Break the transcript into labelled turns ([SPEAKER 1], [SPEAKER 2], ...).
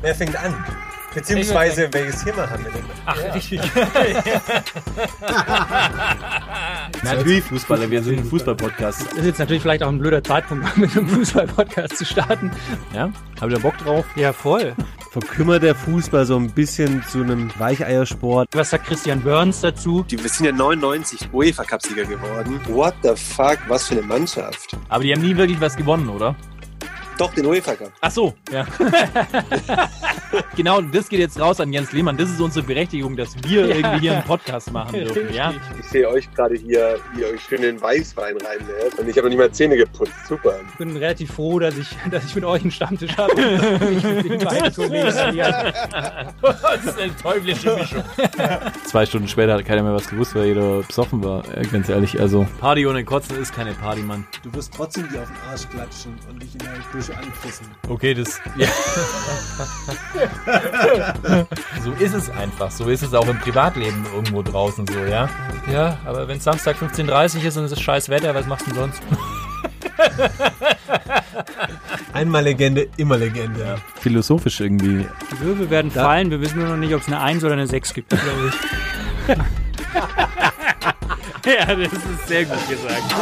[SPEAKER 1] Wer fängt an? Beziehungsweise, welches Thema haben wir denn?
[SPEAKER 2] Ach, richtig.
[SPEAKER 3] Natürlich Fußballer, wir sind ein Fußball-Podcast.
[SPEAKER 2] Das ist jetzt natürlich vielleicht auch ein blöder Zeitpunkt, mit einem Fußball-Podcast zu starten.
[SPEAKER 3] Ja? Habt ihr Bock drauf?
[SPEAKER 2] Ja, voll.
[SPEAKER 4] Verkümmert der Fußball so ein bisschen zu einem Weicheiersport?
[SPEAKER 2] Was sagt Christian Burns dazu?
[SPEAKER 5] Die wir sind ja 99 UEFA-Cup-Sieger geworden. What the fuck, was für eine Mannschaft.
[SPEAKER 3] Aber die haben nie wirklich was gewonnen, oder?
[SPEAKER 5] Doch, den UEFA Cup.
[SPEAKER 3] Ach so, ja. genau, und das geht jetzt raus an Jens Lehmann. Das ist unsere Berechtigung, dass wir irgendwie hier einen Podcast machen dürfen, ja?
[SPEAKER 5] Ich sehe euch gerade hier, wie ihr euch schön den Weißwein reinlädt. Und ich habe noch nicht mal Zähne geputzt. Super.
[SPEAKER 2] Ich bin relativ froh, dass ich, dass ich mit euch einen Stammtisch habe. Ich mit den beiden Kollegen hier.
[SPEAKER 6] Das ist eine teuflische Mischung.
[SPEAKER 3] Zwei Stunden später hat keiner mehr was gewusst, weil jeder besoffen war. Äh, Ganz ehrlich, also. Party ohne Kotzen ist keine Party, Mann.
[SPEAKER 7] Du wirst trotzdem dir auf den Arsch klatschen und dich in der Dusche anpissen.
[SPEAKER 3] Okay, das.
[SPEAKER 6] So ist es einfach. So ist es auch im Privatleben irgendwo draußen so, ja? Ja, aber wenn Samstag 15.30 Uhr ist und es ist scheiß Wetter, was machst du denn sonst?
[SPEAKER 1] Einmal Legende, immer Legende.
[SPEAKER 3] Philosophisch irgendwie.
[SPEAKER 2] Die Würfel werden fallen. Wir wissen nur noch nicht, ob es eine 1 oder eine 6 gibt, glaube ich.
[SPEAKER 3] Ja, das ist sehr gut gesagt.